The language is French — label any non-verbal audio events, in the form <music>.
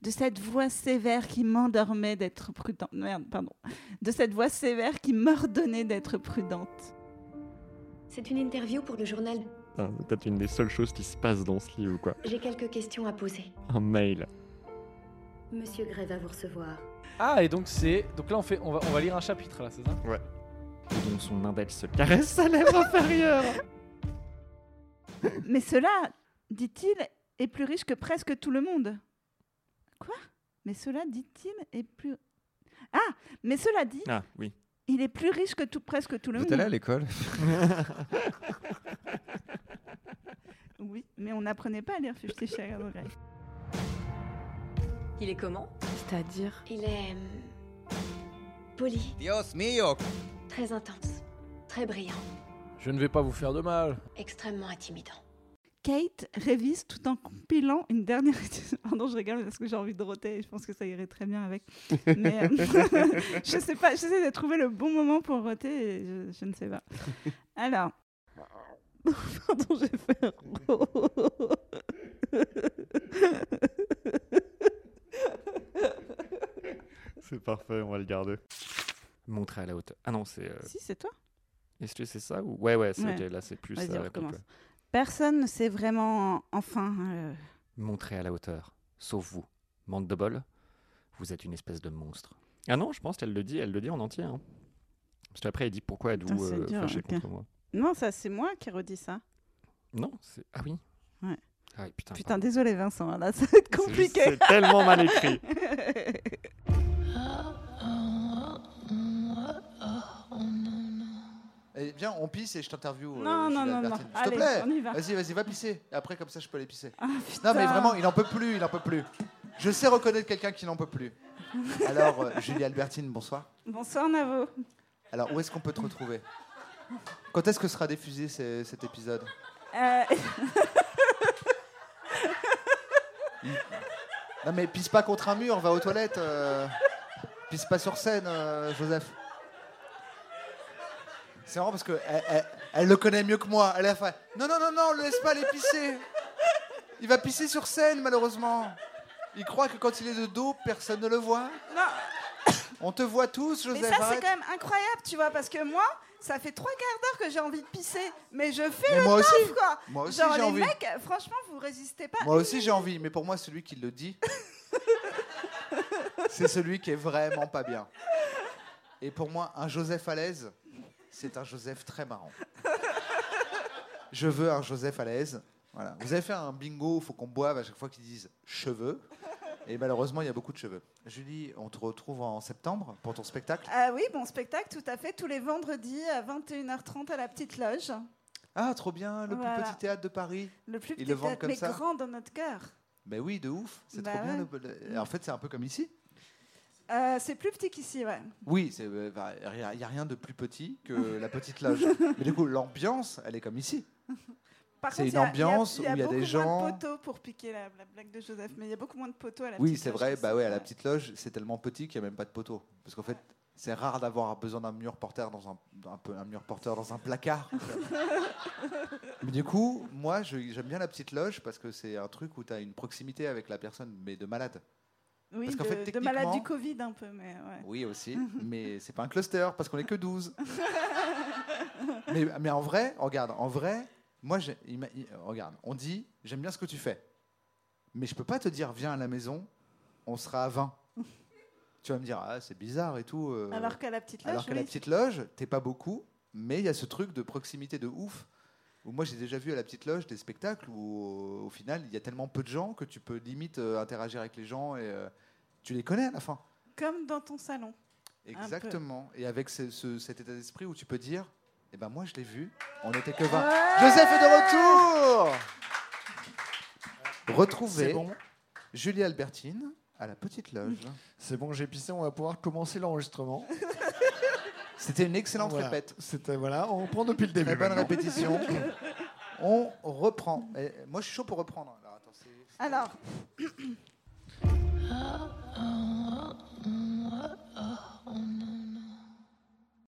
de cette voix sévère qui m'endormait d'être prudente. Merde, pardon. De cette voix sévère qui m'ordonnait d'être prudente. C'est une interview pour le journal. Ah, c'est peut-être une des seules choses qui se passe dans ce livre, quoi. J'ai quelques questions à poser. Un mail. Monsieur Gray va vous recevoir. Ah, et donc c'est. Donc là, on, fait... on, va... on va lire un chapitre, là, c'est ça Et donc son index se caresse sa lèvre inférieure. Mais cela, dit-il, est plus riche que presque tout le monde. Quoi Mais cela, dit-il, est plus... Ah Mais cela dit, Ah, oui. il est plus riche que tout, presque tout le Vous êtes monde. allé à l'école Oui, mais on n'apprenait pas à lire Fifty Shades of Grey. Il est comment C'est-à-dire Il est. hum, poli, Dios mio très intense, très brillant, Je ne vais pas vous faire de mal. extrêmement intimidant. Kate révise tout en compilant une dernière étude. <laughs> Pardon, je rigole parce que j'ai envie de roter et je pense que ça irait très bien avec. Mais euh, <laughs> je sais pas, j'essaie de trouver le bon moment pour roter et je, je ne sais pas. Alors. <laughs> Pardon, j'ai fait un rot. Euh, C'est parfait, on va le garder. Montrer à la haute. Ah non, c'est. euh, Si, c'est toi Est-ce que c'est ça ou... Ouais, ouais, c'est Ouais. ok, là c'est plus. Vas-y, euh, on recommence. complet. Personne ne sait vraiment, enfin, euh, Montrez à la hauteur, sauf vous. Mande de bol, vous êtes une espèce de monstre. Ah non, je pense qu'elle le dit, elle le dit en entier. hein. Parce qu'après, elle dit pourquoi Putain, êtes-vous c'est euh, dur, fâché ok. contre moi Non, ça, c'est moi qui redis ça. Non, c'est. Ah oui Ouais. Ah oui, putain. Putain, désolé Vincent, là, ça va être pardon. C'est juste- <laughs> compliqué. C'est tellement mal écrit. Eh, Viens, on pisse et je t'interview. euh, non, non, Gilles non, non. Albertine. S'il te Allez, plaît on y va. Vas-y, vas-y, va pisser. Et après, comme ça, je peux aller pisser. Ah, Non, mais putain. vraiment, il en peut plus, il en peut plus. Je sais reconnaître quelqu'un qui n'en peut plus. Alors, euh, Julie Albertine, bonsoir. Bonsoir Navo. Alors, où est-ce qu'on peut te retrouver Quand est-ce que sera diffusé ce- cet épisode Euh, Non, mais pisse pas contre un mur, va aux toilettes. euh, Pisse pas sur scène, euh, Joseph. C'est marrant parce que elle, elle- elle le connaît mieux que moi. Elle a fait Non, non, non, non, le laisse pas aller pisser. Il va pisser sur scène, malheureusement. Il croit que quand il est de dos, personne ne le voit. <laughs> non, On te voit tous, Joseph. mais ça c'est arrête. quand même incroyable, tu vois, parce que moi, ça fait trois quarts d'heure que j'ai envie de pisser, mais je fais Mais moi aussi, le quoi. moi aussi Genre j'ai les envie. mecs, franchement, vous résistez pas. Moi aussi j'ai envie, mais pour moi celui qui le dit, c'est celui qui est vraiment pas bien. Et pour moi, un Joseph à l'aise, c'est un Joseph très marrant. Je veux un Joseph à l'aise. Voilà. Vous avez fait un bingo, faut qu'on boive à chaque fois qu'ils disent cheveux. Et malheureusement, il y a beaucoup de cheveux. Julie, on te retrouve en septembre pour ton spectacle. Ah oui, bon spectacle, tout à fait, tous les vendredis euh, à 21h30 à la petite loge. Ah, trop bien, le Voilà. plus petit théâtre de Paris. Le plus Ils petit le vendent théâtre, comme mais ça grand dans notre cœur. Mais oui, de ouf, c'est Bah trop bien. ouais. le- le- En fait, c'est un peu comme ici. Euh, c'est plus petit qu'ici, ouais. Oui, euh, bah, il n'y a rien de plus petit que <laughs> la petite loge. Mais du coup, l'ambiance, elle est comme ici. Par C'est contre, une il y a- il y a- ambiance où il y a beaucoup des moins de gens- poteaux pour piquer la, la blague de Joseph, mais il y a beaucoup moins de poteaux à la Oui, petite c'est loge vrai. qu'ici, Bah ouais, à la ouais. petite loge, c'est tellement petit qu'il n'y a même pas de poteau. Parce qu'en fait, c'est rare d'avoir besoin d'un mur porteur dans un, d'un peu- un mur porteur dans un placard. <laughs> mais du coup, moi, je- j'aime bien la petite loge parce que c'est un truc où tu as une proximité avec la personne, mais de malade. Oui, Parce de, qu'en fait, de malade du techniquement- Covid un peu, mais ouais. Oui, aussi. mais c'est pas un cluster parce qu'on est que 12. mais, mais en vrai, regarde, en vrai, moi, j'ai- il m'a- il- regarde, on dit j'aime bien ce que tu fais. Mais je peux pas te dire viens à la maison, on sera à 20. tu vas me dire ah, c'est bizarre et tout. euh, Alors qu'à la petite loge, alors qu'à la oui. petite loge, t'es pas beaucoup, mais il y a ce truc de proximité de ouf. Où moi, j'ai déjà vu à la petite loge des spectacles où, au final, il y a tellement peu de gens que tu peux limite euh, interagir avec les gens et euh, tu les connais à la fin. comme dans ton salon. peu. Exactement. Et avec ce- ce- cet état d'esprit où tu peux dire, eh ben moi je l'ai vu, on n'était que 20. Ouais Joseph est de retour Retrouvez C'est bon, Julie Albertine à la petite loge. c'est bon, j'ai pissé, on va pouvoir commencer l'enregistrement. <laughs> C'était une excellente Voilà. répète. C'était voilà, on reprend depuis le début. Très bonne maintenant. <laughs> répétition. on reprend. Et moi je suis chaud pour reprendre. Alors, attends, c'est- Alors,